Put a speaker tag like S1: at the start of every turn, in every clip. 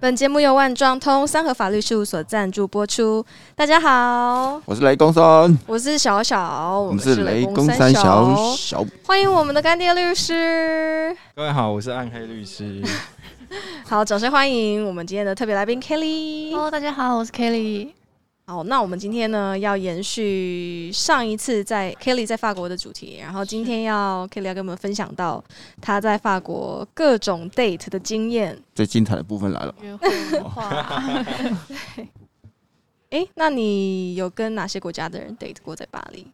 S1: 本节目由万庄通三和法律事务所赞助播出。大家好，
S2: 我是雷公
S3: 哦
S2: 山，
S1: 我是小小，我
S2: 我们是雷公山小
S1: 小，
S2: 小。
S1: 欢迎我们的干爹律师。
S4: 各位好，我是暗黑律 师。
S1: 好，掌声欢迎我们今天的特别来宾 Kelly。
S3: Hello，大家好，我是 Kelly。
S1: 好，那我们今天呢要延续上一次在 Kelly 在法国的主题，然后今天要 Kelly 要跟我们分享到她在法国各种 date 的经验。
S2: 最精彩的部分来了，
S3: 约会文化，
S1: 诶，那你有跟哪些国家的人 date 过在巴黎？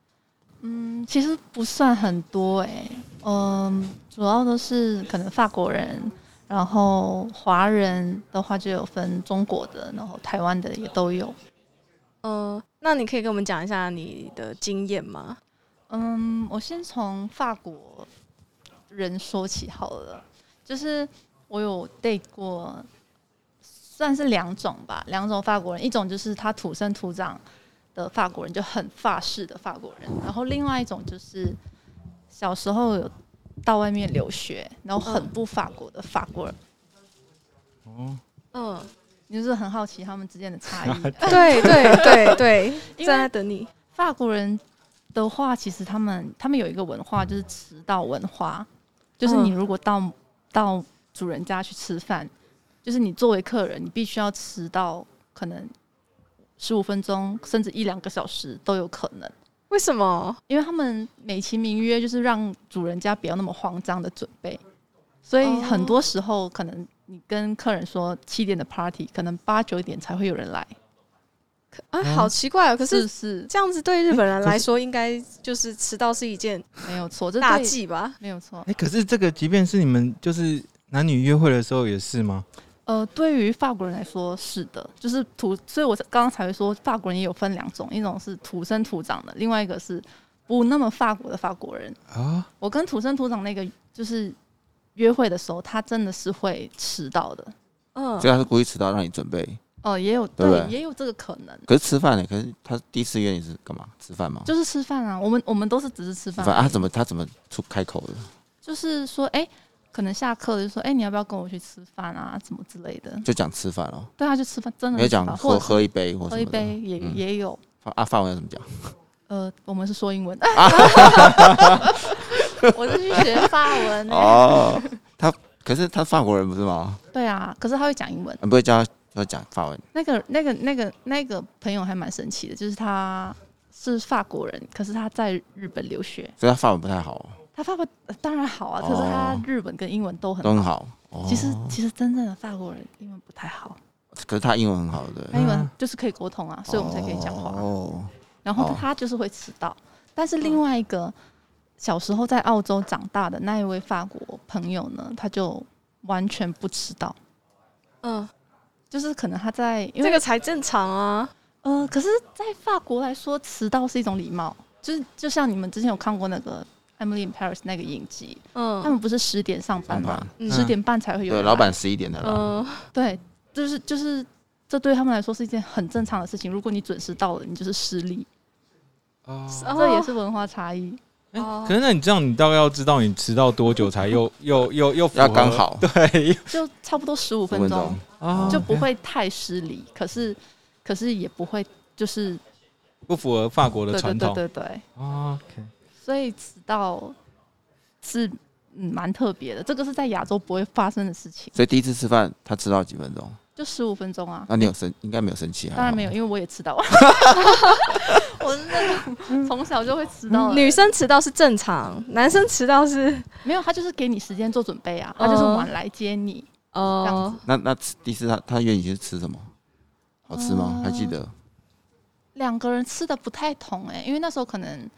S3: 嗯， 其实不算很多哎、嗯，主要都是可能法国人，然后华人的话就有分中国的，然后台湾的也都有。
S1: 嗯、那你可以跟我们讲一下你的经验吗？
S3: 嗯，我先从法国人说起好了，就是我有 date 过，算是两种吧，两种法国人，一种就是他土生土长的法国人，就很法式的法国人，然后另外一种就是小时候有到外面留学，然后很不法国的法国人，
S4: 哦，
S1: 嗯、。
S3: 你就是很好奇他们之间的差异啊
S1: 对 对对对，
S3: 因
S1: 正
S3: 为
S1: 在等你。
S3: 法国人的话，其实他们他们有一个文化，就是迟到文化，就是
S1: 嗯
S3: 你如果到、到主人家去吃饭，就是你作为客人，你必须要迟到，可能十五分钟甚至一两个小时都有可能，
S1: 为什么？
S3: 因为他们美其名曰就是让主人家不要那么慌张的准备，所以
S1: 哦
S3: 很多时候可能你跟客人说七点的 party，可能八九点才会有人来，
S1: 啊，
S4: 嗯
S1: 好奇怪哦！可是
S3: 是不是
S1: 这样子对日本人
S4: 可是
S1: 来说，应该就是迟到是一件
S3: 没有错，这
S1: 大
S3: 呃对
S1: 忌吧？
S3: 没有错
S4: 哎、。可是这个，即便是你们就是男女约会的时候也是吗？
S3: 呃，对于法国人来说是的，就是土，所以我刚刚才会说法国人也有分两种，一种是土生土长的，另外一个是不那么法国的法国人。
S4: 啊，
S3: 我跟土生土长那个就是约会的时候，他真的是会迟到的，
S1: 嗯，
S2: 这个他是故意迟到让你准备，
S3: 哦、也有
S2: 对
S3: 对
S2: 不对
S3: 也有这个可能，
S2: 可是吃饭呢？可是他第一次约你是干嘛？吃饭吗？
S3: 就是吃饭啊，我们我们都是只是吃
S2: 吃
S3: 饭
S2: 饭啊？他怎么他怎么出开口的？
S3: 就是说，哎、可能下课了就说，哎、你要不要跟我去吃饭啊，什么之类的，
S2: 就讲吃饭哦，
S3: 对啊，就吃饭，真的
S2: 没有
S3: 是吃
S2: 讲
S3: 饭
S2: 喝
S3: 或者
S2: 喝一杯或什
S3: 是喝
S2: 么
S3: 一
S2: 的
S3: 杯也、
S2: 嗯
S3: 也有，
S2: 啊？法文要怎么讲？
S3: 呃，我们是 说英文， 我是去学法文欸
S2: 哦，他可是他法国人不是吗？
S3: 对啊，可是他会讲英文。
S2: 你不会教他要讲法文？
S3: 那个、那个、那个、那个朋友还蛮神奇的，就是他是法国人，可是他在日本留学。
S2: 所以他法文不太好哦，
S3: 他法文呃当然好啊，
S2: 哦
S3: 可是他日本跟英文都很
S2: 都
S3: 好。
S2: 很好。哦
S3: 其实其实真正的法国人英文不太好，
S2: 可是他英文很好，对不对
S3: 他英文就是可以沟通哎啊，所以我们才可以讲话。
S2: 哦，
S3: 然后
S2: 哦
S3: 他就是会迟到，但
S1: 嗯
S3: 是另外一个小时候在澳洲长大的那一位法国朋友呢，他就完全不迟到，
S1: 嗯，
S3: 就是可能他在因为
S1: 这个才正常啊。
S3: 呃，可是，在法国来说，迟到是一种礼貌，就是就像你们之前有看过那个《Emily in Paris》那个影集，他
S1: 嗯
S3: 们不是十点上班吗？
S1: 嗯
S3: 十点半才会有呃
S2: 对，
S3: 人
S2: 老
S3: 来
S2: 板十一点的啦，
S3: 哦
S1: 嗯，
S3: 对，就是就是，这对他们来说是一件很正常的事情。如果你准时到了，你就是失礼，
S4: 哦，
S1: 哦
S3: 这也是文化差异。
S4: 哎
S1: 哦
S4: 可是那你这样，你大概要知道你迟到多久才 又又又又符合
S2: 要刚好
S4: 对
S3: 就差不多十五
S2: 五
S3: 分钟
S2: 钟，，
S4: 啊
S3: 就
S2: 哦
S3: 不会太失礼，可是可是也不会就是
S4: 不符合法国的
S3: 对对
S4: 传
S3: 对
S4: 统
S3: 对对，
S4: 啊。OK，
S3: 所以迟到是嗯蛮特别的，这个是在亚洲不会发生的事情。
S2: 所以第一次吃饭他迟到几分钟，
S3: 就十五分钟啊。
S2: 那你有生应该没有生气啊？
S3: 当然没有，因为我也迟 到。我是那种从小就会迟到的人
S1: 嗯女生迟到是正常，男生迟到是
S3: 没有，他就是给你时间做准备啊，
S1: 哦
S3: 他就是晚来接你。这
S1: 哦
S3: 样
S2: 那那吃第四他他约你去吃什么？好吃吗？
S3: 嗯
S2: 还记得？
S3: 两个人吃的不太同哎、因为那时候可能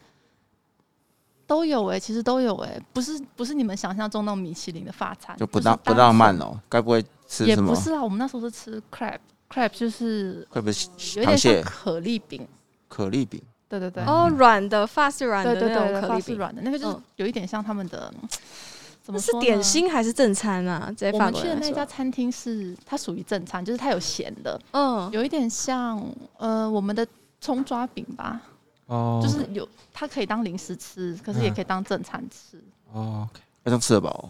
S3: 都有哎、其实都有哎、不是不是你们想象中那种米其林的法餐，
S2: 就不
S3: 啊是
S2: 浪不
S3: 单
S2: 浪漫
S3: 纯，
S2: 哦，该不会吃
S3: 也
S2: 什
S3: 不
S2: 么？
S3: 是啊。我们那时候是吃 crab crab，就是
S2: 会不会
S3: 有
S2: 螃
S3: 点像
S2: 蟹、
S3: 可丽饼，
S2: 可丽饼？
S3: 对对对，
S1: 哦，软的法式软的
S3: 对对
S1: 那种
S3: 对，
S1: 可
S3: 法
S1: 丽
S3: 式
S1: 饼，
S3: 软的那个就是
S1: 嗯
S3: 有一点像他们的，怎
S1: 那
S3: 么
S1: 是
S3: 说呢
S1: 点心还是正餐啊？在
S3: 我
S1: 法
S3: 们
S1: 国
S3: 去的
S1: 人来
S3: 那家
S1: 说，
S3: 餐厅是它属于正餐，就是它有咸的，
S1: 嗯
S3: 有一点像呃我们的葱抓饼吧，
S4: 哦，
S3: 就是有它可以当零食吃，可是
S2: 嗯
S3: 也可以当正餐吃。
S4: 哦，OK，
S2: 要这样吃得饱。哦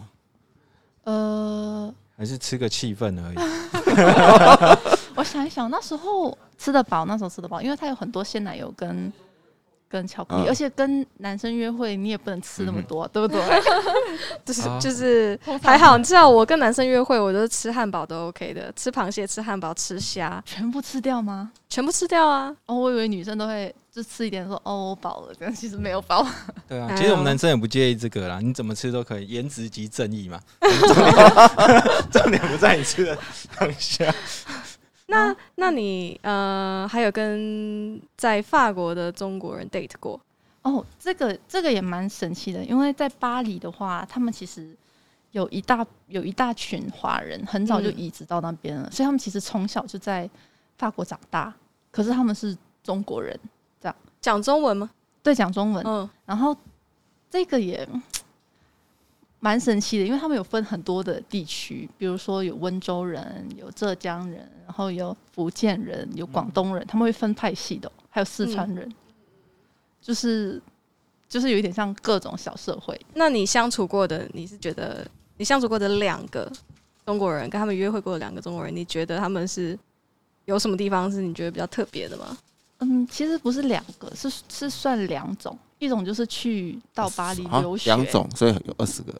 S3: 呃，
S4: 还是吃个气氛而已。
S3: 我想一想，那时候吃得饱，那时候吃得饱，因为它有很多鲜奶油跟跟巧克力，
S2: 嗯
S3: 而且跟男生约会你也不能吃那么多，对不对？
S1: 就是
S4: 啊
S1: 就是
S3: 通常
S1: 还好，你知道我跟男生约会，我都是吃汉堡都 OK 的，吃螃蟹、吃汉堡、吃虾，
S3: 全部吃掉吗？
S1: 全部吃掉啊。
S3: 哦，我以为女生都会就吃一点说哦我饱了，但其实没有饱。
S4: 对啊
S1: 哎，呦
S4: 其实我们男生也不介意这个啦，你怎么吃都可以，颜值即正 义嘛。 重点重点不在你吃的当下。
S1: 那那你呃，还有跟在法国的中国人 date 过？
S3: 哦，这个这个也蛮神奇的，因为在巴黎的话，他们其实有一大有一大群华人，很早就
S1: 嗯
S3: 移植到那边了，所以他们其实从小就在法国长大，可是他们是中国人，
S1: 讲中文吗？
S3: 对，讲中文，
S1: 嗯，
S3: 然后这个也蛮神奇的，因为他们有分很多的地区，比如说有温州人，有浙江人，然后有福建人，有广东人，他们会分派系的哦，还有四川人，就是就是有一点像各种小社会。
S1: 那你相处过的，你是觉得你相处过的两个中国人，跟他们约会过的两个中国人，你觉得他们是有什么地方是你觉得比较特别的吗？
S3: 嗯，其实不是两个，是是算两种，一种就是去到巴黎
S2: 啊
S3: 留，学，
S2: 两种，所以有二十个。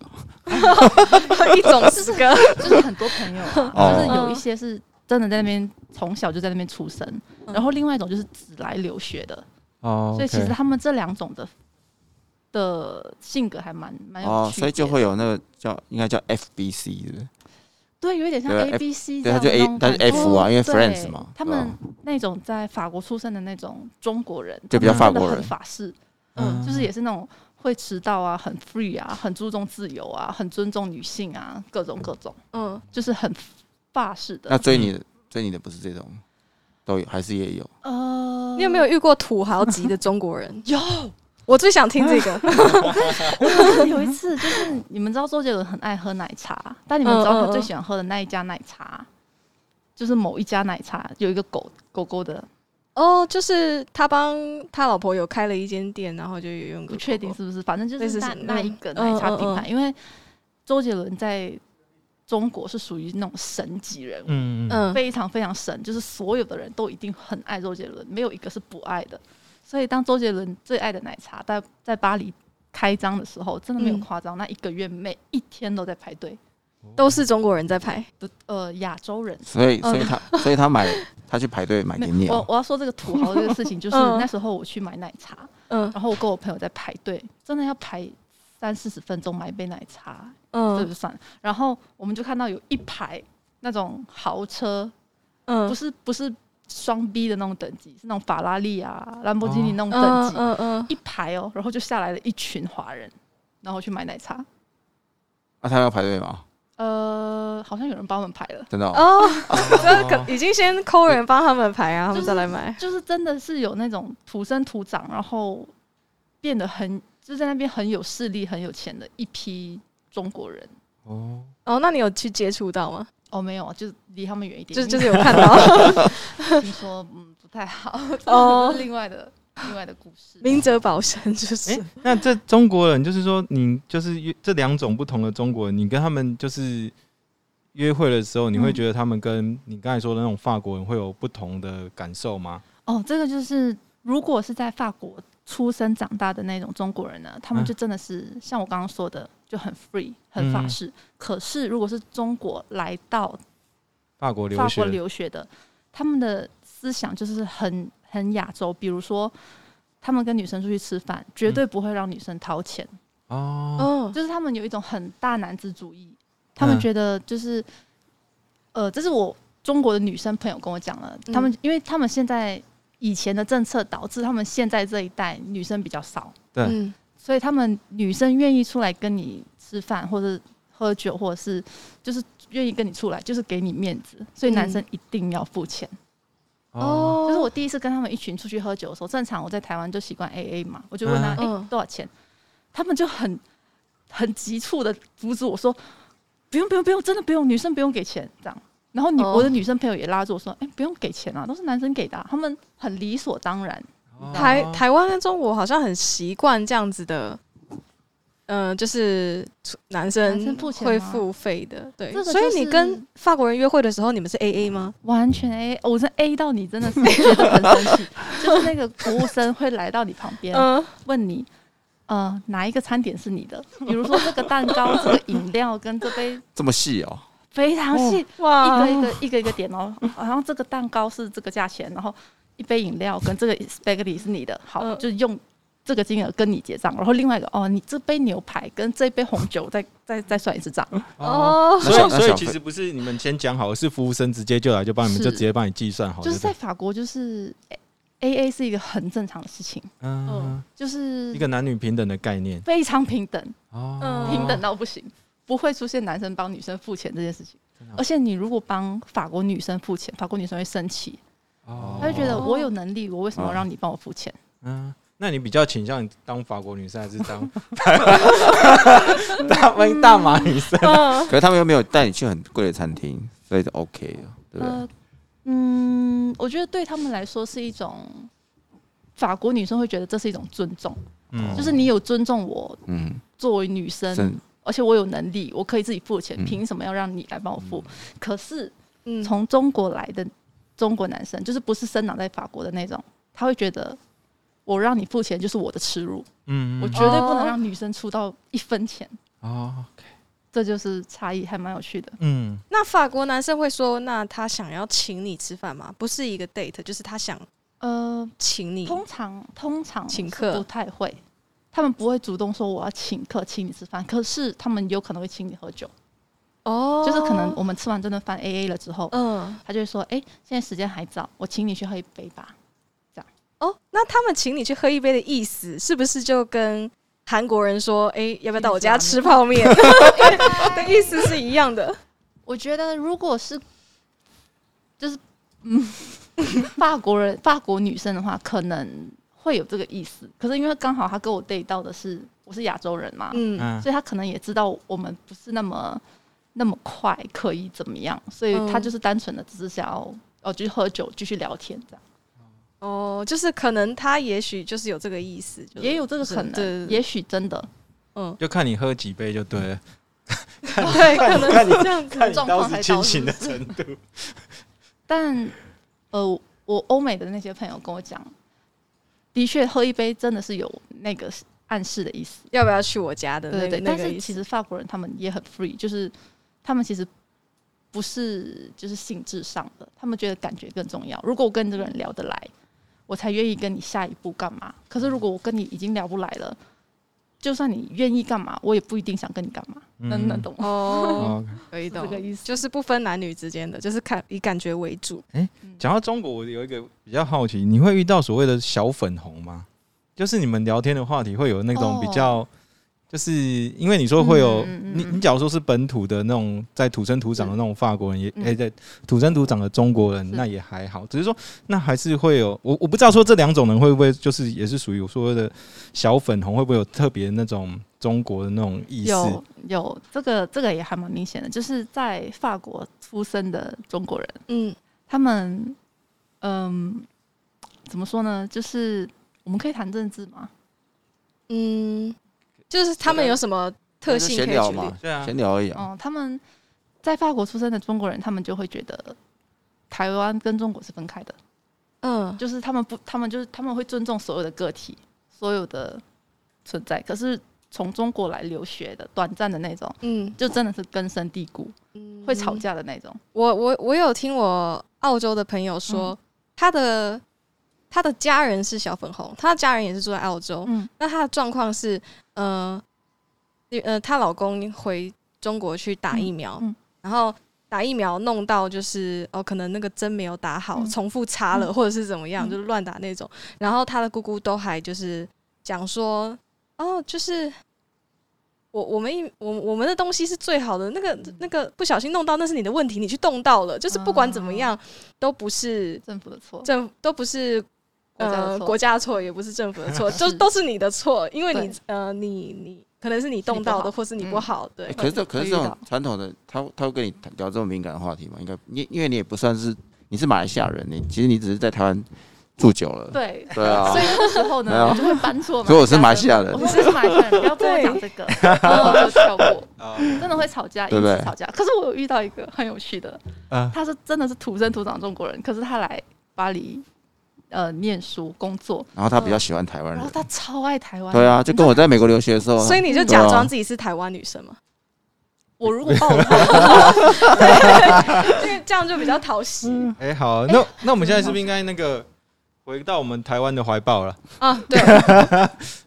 S1: 一 种是个，
S3: 就是很多朋友啊，
S2: 哦
S3: 就是有一些是真的在那边从小就在那边出生，
S1: 嗯
S3: 然后另外一种就是只来留学的，
S4: 哦，
S3: 所以其实他们这两种的的性格还蛮蛮有
S2: 哦，
S3: 区别的
S2: 所以就会有那个叫应该叫 FBC 对不对？
S3: 对，有一点像
S2: 对啊
S3: A B C 这
S2: 对，他
S3: 样
S2: 就
S3: 的那
S2: A，
S3: 种
S2: 他是
S3: 感
S2: F
S3: 觉哦
S2: 啊，因为
S3: 对
S2: Friends 嘛，
S3: 他
S2: 对吧
S3: 们那种在法国出生的那种中国人，
S2: 就比
S4: 较
S3: 他们
S2: 法国
S3: 真的
S2: 人
S3: 很法式，
S4: 嗯
S3: 就是也是那种会迟到啊，很 free 啊，很注重自由啊，很尊重女性啊，各种各种，
S1: 嗯，
S3: 就是很法式的
S2: 那。追你的追你的不是这种，都有还是也有。
S3: 呃，
S1: 你有没有遇过土豪级的中国 人？
S3: 有？
S1: 我最想听这个。
S3: 我有一次啊就是你们知道周杰伦很爱喝奶茶，但你们
S1: 嗯
S3: 知道
S1: 嗯嗯
S3: 他最喜欢喝的那一家奶茶，就是某一家奶茶有一个狗狗狗的，
S1: 哦，就是他帮他老婆有开了一间店，然后就有用
S3: 不确定是不是，反正就
S1: 类似
S3: 是那
S1: 是
S3: 那一
S1: 嗯
S3: 个奶茶
S1: 嗯嗯
S3: 品
S1: 嗯
S3: 牌，因为周杰伦在中国是属于那种神级人物。
S4: 嗯嗯
S1: 嗯
S3: 非常非常神，就是所有的人都一定很爱周杰伦，没有一个是不爱的。所以当周杰伦最爱的奶茶在在巴黎开张的时候，真的没有
S1: 嗯
S3: 夸张，那一个月每一天都在排队。嗯
S1: 都是中国人在拍。
S3: 的呃，亚洲人，
S2: 所以所以他所以他买他去排队买给你
S3: 哦 没有我
S2: 哦，
S3: 我要说这个土豪的这个事情，就是
S1: 嗯
S3: 那时候我去买奶茶，
S1: 嗯
S3: 然后我跟我朋友在排队，真的要排三四十分钟买一杯奶茶，这
S1: 嗯
S3: 就算了。然后我们就看到有一排那种豪车，不
S1: 嗯，
S3: 是不是双 B 的那种等级，是那种法拉利啊、兰博基尼
S4: 哦
S3: 那种等
S1: 嗯
S3: 级，
S1: 嗯嗯，
S3: 一排哦，然后就下来了一群华人，然后去买奶茶。
S2: 那啊他要排队吗？
S3: 呃，好像有人帮我们排了，
S2: 真的哦，
S1: 哦，
S3: 嗯
S1: 这
S4: 哦
S1: 可已经先抠人帮他们排，然后他们再来买。
S3: 就是真的是有那种土生土长，然后变得很就在那边很有势力、很有钱的一批中国人。
S4: 哦，
S1: 哦，那你有去接触到吗？
S3: 哦，没有，就是离他们远一点，
S1: 就就
S3: 因
S1: 是有看到
S3: 为听说嗯不太好，
S1: 哦
S3: 哦，另外的另外的故事。
S1: 明哲保身，就是、
S4: 哎，那这中国人就是说，你就是约这两种不同的中国人，你跟他们就是约会的时候，你会觉得他们跟你刚才说的那种法国人会有不同的感受吗？
S3: 哦，这个就是如果是在法国出生长大的那种中国人呢，他
S4: 嗯
S3: 们就真的是、像我刚刚说的，就很 free，很法
S4: 嗯
S3: 式。可是如果是中国来到
S4: 法国留
S3: 法
S4: 学
S3: 国，留学的，他们的思想就是很很亚洲，比如说。他们跟女生出去吃饭，绝
S4: 嗯
S3: 对不会让女生掏钱，
S4: 哦，
S1: 哦，
S3: 就是他们有一种很大男子主义，他们
S4: 嗯
S3: 觉得就是，呃，这是我中国的女生朋友跟我讲了，他们、因为他们现在以前的政策导致他们现在这一代女生比较少，
S4: 对
S1: 嗯
S3: 所以他们女生愿意出来跟你吃饭或者喝酒，或者是就是愿意跟你出来，就是给你面子，所以男生一定要付钱。
S4: 哦，
S3: 就是我第一次跟他们一群出去喝酒的时候，正常我在台湾就习惯 A A 嘛，我就问他哎、
S1: 嗯
S3: 多少钱，他们就很很急促的阻止我说不用不用不用，真的不用，女生不用给钱这样。然后女、
S1: 哦
S3: 我的女生朋友也拉着我说，哎、不用给钱啊，都是男生给的啊、他们很理所当然。
S1: 嗯台
S4: 哦
S1: 台湾跟中国好像很习惯这样子的，嗯、就是男生
S3: 男生付钱吗
S1: 会付费的，对。
S3: 这个
S1: 所
S3: 就是
S1: 以你跟法国人约会的时候，你们是 A A 吗？
S3: 完全 A，我哦是 A 到你真的是 觉得很生气，就是那个服务生会来到你旁边
S1: 嗯、
S3: 问你，呃，哪一个餐点是你的？比如说这个蛋糕、这个饮料跟这杯，
S2: 这么细哦，
S3: 非常细，一
S1: 哇
S3: 个一个一个一个点哦，好像这个蛋糕是这个价钱，然后一杯饮料跟这个 spaghetti 是你的，好，
S1: 嗯
S3: 就用这个金额跟你结账，然后另外一个哦，你这杯牛排跟这杯红酒再 再再算一次账，
S4: 哦。
S1: 哦，
S4: 所以，
S2: 那小
S4: 所以
S2: 那小
S4: 其实不是你们先讲好，是服务生直接就来，就帮你们
S3: 是
S4: 就直接帮你计算好，
S3: 就是
S4: 对
S3: 在
S4: 不对
S3: 法国就是 A A 是一个很正常的事情，
S4: 嗯，
S3: 就是
S4: 一个男女平等的概念
S3: 非常平等，
S4: 哦
S1: 嗯，
S3: 平等到不行，不会出现男生帮女生付钱这件事情
S4: 真的。啊
S3: 而且你如果帮法国女生付钱，法国女生会生气，
S4: 哦
S3: 她会觉得
S1: 哦
S3: 我有能力，我为什么要让你帮我付钱？
S4: 嗯，那你比较倾向当法国女生还是当 大万一大马女生？
S1: 嗯，
S2: 可是他们又没有带你去很贵的餐厅，所以是 OK 的，对不对？
S3: 呃，嗯，我觉得对他们来说是一种，法国女生会觉得这是一种尊重，
S4: 嗯，
S3: 就是你有尊重我
S2: 嗯，
S3: 作为女生，
S2: 真
S3: 而且我有能力，我可以自己付钱，
S2: 嗯
S3: 凭什么要让你来帮我付？可是
S1: 嗯
S3: 从中国来的中国男生，就是不是生长在法国的那种，他会觉得我让你付钱就是我的耻辱，
S4: 嗯，
S3: 我
S4: 嗯
S3: 绝对不
S1: 哦
S3: 能让女生出到一分钱，
S4: 哦，OK，
S3: 这就是差异，还蛮有趣的。
S4: 嗯，
S1: 那法国男生会说，那他想要请你吃饭吗？不是一个 date，就是他想
S3: 呃，
S1: 请你。
S3: 通常通常
S1: 请
S3: 是
S1: 客
S3: 不太会，他们不会主动说我要请客，请你吃饭，可是他们有可能会请你喝酒，
S1: 哦
S3: 就是可能我们吃完这顿饭 A A 了之后，
S1: 嗯
S3: 他就会说，哎、现在时间还早，我请你去喝一杯吧。
S1: 哦，那他们请你去喝一杯的意思，是不是就跟韩国人说，哎、要不要到我家吃泡面 的意思是一样的？
S3: 我觉得如果是就是 嗯，法国人法国女生的话，可能会有这个意思，可是因为刚好他跟我对到的是我是亚洲人嘛，
S1: 嗯，
S4: 嗯
S3: 所以他可能也知道我们不是那么那么快可以怎么样，所以他
S1: 嗯
S3: 就是单纯的只是想要哦，继续喝酒，继续聊天这样，
S1: 哦，就是可能他也许就是有这个意思，就
S3: 也有这个可
S1: 对对
S3: 能，
S1: 对
S3: 也许真的
S1: 嗯，
S4: 就看你喝几杯就对了，
S1: 对，可能
S4: 看你
S1: 是这样子。
S4: 看你
S3: 状
S4: 当
S3: 况
S4: 时
S3: 才
S4: 清
S3: 导
S4: 醒的
S3: 致。
S4: 程度。
S3: 但呃，我欧美的那些朋友跟我讲，的确喝一杯真的是有那个暗示的意思，
S1: 要不要去我家的那
S3: 对
S1: 个？
S3: 对对。
S1: 那
S3: 但
S1: 个
S3: 是
S1: 意
S3: 其
S1: 思
S3: 实法国人他们也很 free，就是他们其实。不是，就是性质上的，他们觉得感觉更重要。如果我跟这个人聊得来，我才愿意跟你下一步干嘛。可是如果我跟你已经聊不来了，就算你愿意干嘛，我也不一定想跟你干嘛。能能懂吗？
S1: 哦，
S4: 嗯哦，
S1: 可以
S3: 是这
S1: 懂
S3: 个意思
S1: 就是不分男女之间的，就是看以感觉为主。
S4: 讲到中国，我有一个比较好奇，你会遇到所谓的小粉红吗？就是你们聊天的话题会有那种
S3: 哦
S4: 比较，就是因为你说会有
S3: 嗯嗯嗯
S4: 你，
S3: 嗯
S4: 你假如说是本土的那种在土生土长的那种法国人，也
S3: 嗯
S4: 哎在土生土长的中国人，
S3: 是
S4: 那也还好，只是说那还是会有我我不知道说这两种人会不会就是也是属于我所谓的小粉红，会不会有特别那种中国的那种意思？
S3: 有有，这个这个也还蛮明显的，就是在法国出生的中国人，
S1: 嗯，
S3: 他们嗯，怎么说呢？就是我们可以谈政治吗？
S1: 嗯，就是他们有什么特性
S2: 闲
S1: 可以
S2: 聊
S1: 举例
S2: 嘛？，
S4: 对啊
S2: 闲聊而已啊。
S3: 哦、他们在法国出生的中国人，他们就会觉得台湾跟中国是分开的，
S1: 嗯，
S3: 就是他们不，他们就是他们会尊重所有的个体，所有的存在。可是从中国来留学的短暂的那种，
S1: 嗯，
S3: 就真的是根深蒂固，
S1: 嗯
S3: 会吵。架的那种。
S1: 我我我有听我澳洲的朋友
S3: 嗯
S1: 说，他的他的家人是小粉红，他的家人也是住在澳洲，
S3: 嗯，
S1: 那她的状况是，呃，因呃，她老公回中国去打疫苗，
S3: 嗯嗯
S1: 然后打疫苗弄到就是哦，可能那个针没有打好，
S3: 嗯
S1: 重复插了，
S3: 嗯
S1: 或者是怎么样，
S3: 嗯
S1: 就是乱打那种。然后她的姑姑都还就是讲说，哦，就是。我我们一我我们的东西是最好的，那个那个不小心弄到那是你的问题，你去动到了，就是不管怎么
S3: 啊
S1: 样、都不是
S3: 政府的错，
S1: 政都不是
S3: 国家的
S1: 呃
S3: 错
S1: 国家的错，也不是政府的 错，
S3: 是
S1: 就都是你的错，因为你
S3: 对
S1: 呃你你可能是你动到
S3: 是你
S1: 的，
S3: 不好
S1: 或是你
S3: 嗯
S1: 不好，对
S2: 欸可是这可是这
S3: 可以
S2: 种
S3: 的
S2: 传统的，他他会跟你谈聊这么敏感的话题吗？应该，因因为你也不算是你是马来西亚人，你其实你只是在台湾住久了，
S3: 对，
S2: 对 啊
S3: 所以，那个时候
S2: 没
S3: 呢，
S2: 有
S3: 我就会搬错。
S2: 所以我是马来西亚人
S3: 我说我是马来西亚人，不要跟我讲这个，然后我就跳过。真的会吵 架，
S2: 对
S3: 因
S2: 不对
S3: 此吵架。可是我有遇到一个很有趣的，
S4: 啊，
S3: 他是真的是土生土长中国人，可是他来巴黎呃念书工作，
S2: 然后他比较喜欢台湾
S3: 然后
S2: 人，
S3: 他超爱台湾。
S2: 对，啊，就跟我在美国留学的时候啊，
S1: 所以你就假装自己是台湾女生嘛，
S3: 我 如果爆他，
S1: 因为这样就比较讨喜
S3: 嗯
S4: 哎、好，那那我们现在是不是应该那个回到我们台湾的怀抱了？
S1: 啊。对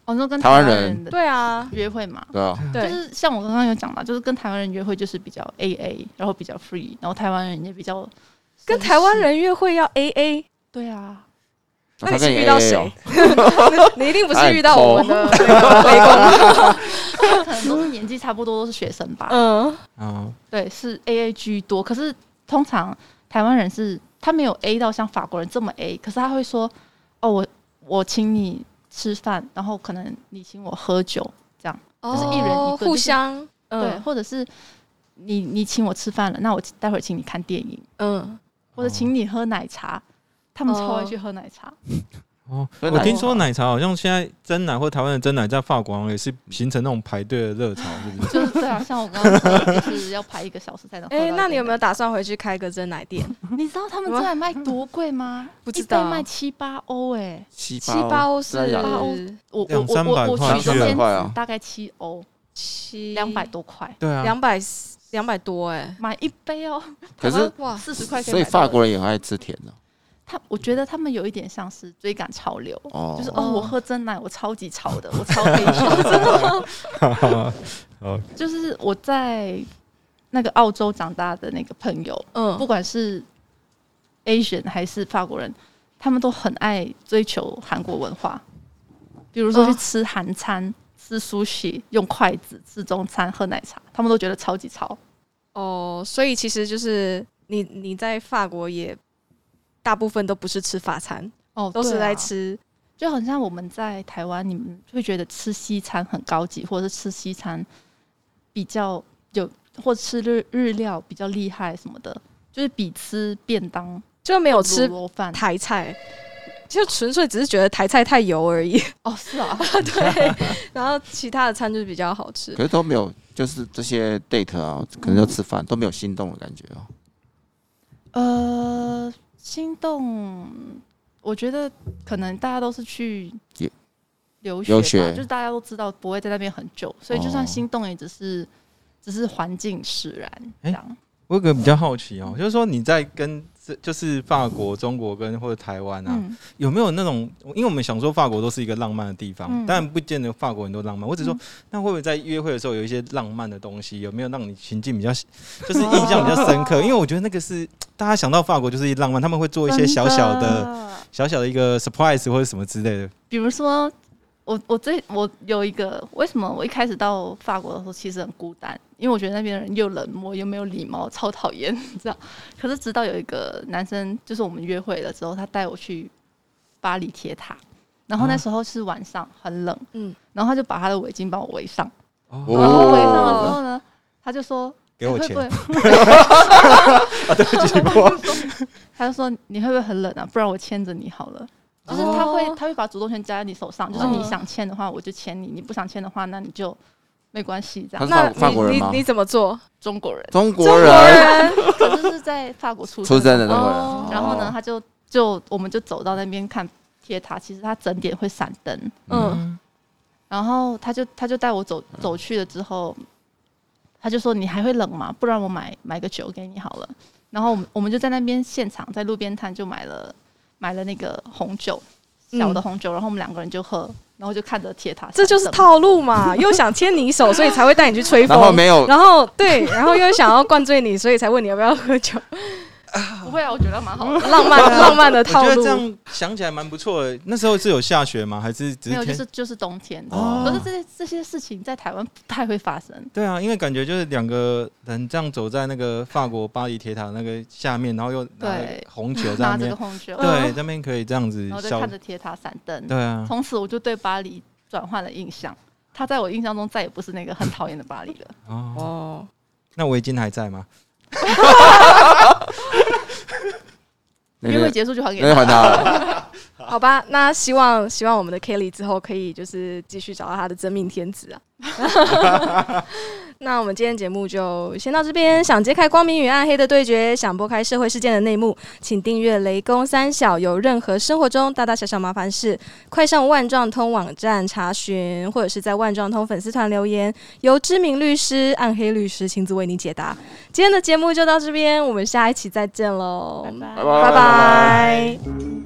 S3: 我哦说跟
S2: 台
S3: 台
S2: 湾
S3: 湾
S2: 人
S3: 人的
S1: 对啊，
S3: 约会嘛，
S2: 对啊，
S3: 就
S1: 对
S3: 是像我刚刚有讲到，就是跟台湾人约会就是比较 A A，然后比较 free，然后台湾人也比较
S1: 跟台湾人约会要 A A，
S3: 对啊，
S1: 那
S2: 他
S1: 你
S2: 跟
S1: 是
S2: 你
S1: 遇到
S2: AA
S1: 谁
S2: 哦？
S1: 你一定不是遇到我们的那 个雷公，
S3: 可能都是年纪差不多，都是学生吧。
S1: 嗯，
S4: 啊，
S3: 对，是 A A 居多。可是通常台湾人是他没有 A 到像法国人这么 A，可是他会说：“哦，我我请你吃饭，然后可能你请我喝酒，就是一人一个
S1: 哦
S3: 就是
S1: 互相，
S3: 对，
S1: 嗯
S3: 或者是你你请我吃饭了，那我待会儿请你看电影，
S1: 嗯，
S3: 或者请你喝奶茶。”他们超爱
S1: 哦
S3: 去喝奶茶，
S4: 哦，
S2: 所以
S4: 我
S2: 奶
S4: 听说奶茶好像现在真奶或台湾的真奶在法国好像也是形成那种排队的热潮，是不是？
S3: 就是对啊，像我刚刚说的，就是要排一个小时才能喝 到一杯
S1: 哎
S3: 奶。，
S1: 那你有没有打算回去开个真奶店？
S3: 你知道他们这奶卖多贵吗？
S1: 不知
S3: 一
S1: 道
S3: 杯卖七八欧哎，
S2: 七
S1: 七
S2: 八
S1: 八
S2: 哦
S1: 欧
S2: 真的
S1: 是
S2: 假的
S3: 八欧我我
S4: 两
S3: 我
S4: 三百
S3: 我我
S4: 块
S3: 去中
S2: 两三百
S3: 间
S2: 块啊
S3: 值大概七欧，
S1: 七
S3: 两百多块
S4: 对啊，
S1: 两百两百多哎，
S3: 买一杯哦，
S2: 可是
S1: 哇，
S3: 四十块可
S2: 所以
S3: 买到
S2: 法国人也爱吃甜的
S3: 他，我觉得他们有一点像是追赶潮流，
S2: 哦，
S3: 就是
S1: 哦
S3: 哦，我喝真奶，我超级潮的，我超黑潮，就是我在那个澳洲长大的那个朋友，不
S1: 嗯，
S3: 管是 Asian 还是法国人，他们都很爱追求韩国文化，比如说去
S1: 哦
S3: 吃韩餐、吃 sushi、用筷子吃中餐、喝奶茶，他们都觉得超级潮。
S1: 哦，所以其实就是你你在法国也大部分都不是吃法餐，
S3: 哦
S1: 都是在吃
S3: 就很像我们在台湾，你们会觉得吃西餐很高级，或者是吃西餐比较有，或吃日日料比较厉害什么的，就是比吃便当、
S1: 就没有吃
S3: 卤肉饭。
S1: 台菜，就纯粹只是觉得台菜太油而已。
S3: 哦，是啊，
S1: 对，然后其他的餐就是比较好吃
S2: 可。是都没有，就是这些 date 啊，可能要吃饭都没有心动的感觉哦。
S3: 呃，心动，我觉得可能大家都是去
S2: 也
S3: 留
S2: 留
S3: 吧，
S2: 学
S3: 就是大家都知道不会在那边很久，所以就算
S2: 哦
S3: 心动也只是、只是环境使然这
S4: 哎
S3: 样。
S4: 我有个比较好奇哦，就是说你在跟这就是法国、中国跟或者台湾啊，
S3: 嗯，
S4: 有没有那种？因为我们想说法国都是一个浪漫的地方，
S3: 嗯
S4: 当然不见得法国人都浪漫。我只说
S3: 嗯，
S4: 那会不会在约会的时候有一些浪漫的东西？有没有让你情境比
S3: 哦
S4: 较， 就是印象比较深刻？因为我觉得那个是大家想到法国就是浪漫，他们会做一些
S3: 真
S4: 小小的、
S3: 的
S4: 小小的一个 surprise 或者什么之类的。
S3: 比如说，我我最我有一个，为什么我一开始到法国的时候其实很孤单，因为我觉得那边的人又冷漠又没有礼貌，超讨厌这样。可是直到有一个男生，就是我们约会了之后，他带我去巴黎铁塔，然后那
S4: 啊
S3: 时候是晚上，很冷，
S1: 嗯，
S3: 然后他就把他的围巾帮我围上，
S2: 哦
S3: 然后围上了之后呢，他就说。
S4: 给我
S3: 会
S4: 钱啊
S3: 不会？啊，对 不起，他就说你会不会很冷啊？不然我牵着你好了。就是他会，
S1: 哦
S3: 他会把主动权加在你手上，就是你
S1: 嗯
S3: 想牵的话，我就牵你；你不想牵的话，那你就没关系。这
S2: 他
S3: 样，
S1: 那
S2: 是法
S1: 你
S2: 法国人
S1: 你
S2: 吗？
S1: 你怎么做？啊
S3: 中国人，
S2: 中
S1: 中
S2: 国人
S1: 人
S3: 可是是在法国出
S2: 出
S3: 生
S2: 生的
S3: 的。
S2: 中国人
S1: 哦，
S3: 然后呢，他就就我们就走到那边看铁塔，其实它整点会闪灯，
S1: 嗯，
S3: 然后他就他就带我走走去了之后，他就说你还会冷吗？不然我买买个酒给你好了。然后我们我们就在那边现场在路边摊就买了买了那个红酒，小的
S1: 嗯
S3: 红酒，然后我们两个人就喝，然后就看着铁塔闪
S1: 这
S3: 灯，
S1: 就是套路嘛，又想牵你手，所以才会带你去吹
S2: 然后
S1: 风。
S2: 没有，
S1: 然后对，然后又想要灌醉你，所以才问你要不要喝酒，
S3: 不会啊，我觉得蛮好
S4: 哦
S3: 的。
S1: 浪漫浪漫的
S4: 我觉
S1: 套
S4: 得
S1: 路
S4: 这。样想起来蛮不错的。那时候是有下雪吗？还是只
S3: 没
S4: 是
S3: 有，就
S4: 天
S3: 是就是冬天，
S2: 哦
S3: 可是这些这些事情在台湾不太会发生。
S4: 对啊，因为感觉就是两个人这样走在那个法国巴黎铁塔那个下面，然后又拿了
S3: 对
S4: 红酒在那
S3: 拿着
S4: 边，
S3: 个红酒，嗯
S4: 对，那边可以这样子
S3: 然后就
S4: 笑
S3: 看，着铁塔闪灯，
S4: 对啊，
S3: 从此我就对巴黎转换了印象。他在我印象中再也不是那个很讨厌的巴黎了。
S4: 哦，
S1: 哦，
S4: 那围巾还在吗？
S2: 那
S3: 约会
S2: 个
S3: 结束就还给
S2: 那就
S3: 他。
S2: 还他了。
S1: 好吧，那希望希望我们的 Kelly 之后可以就是继续找到他的真命天子啊。啊 那我们今天节目就先到这边。想揭开光明与暗黑的对决，想拨开社会事件的内幕，请订阅雷公三小。有任何生活中大大小小麻烦事，快上万状通网站查询，或者是在万状通粉丝团留言，由知名律师、暗黑律师亲自为你解答。今天的节目就到这边，我们下一期再见喽，
S2: 拜
S3: 拜
S1: 拜拜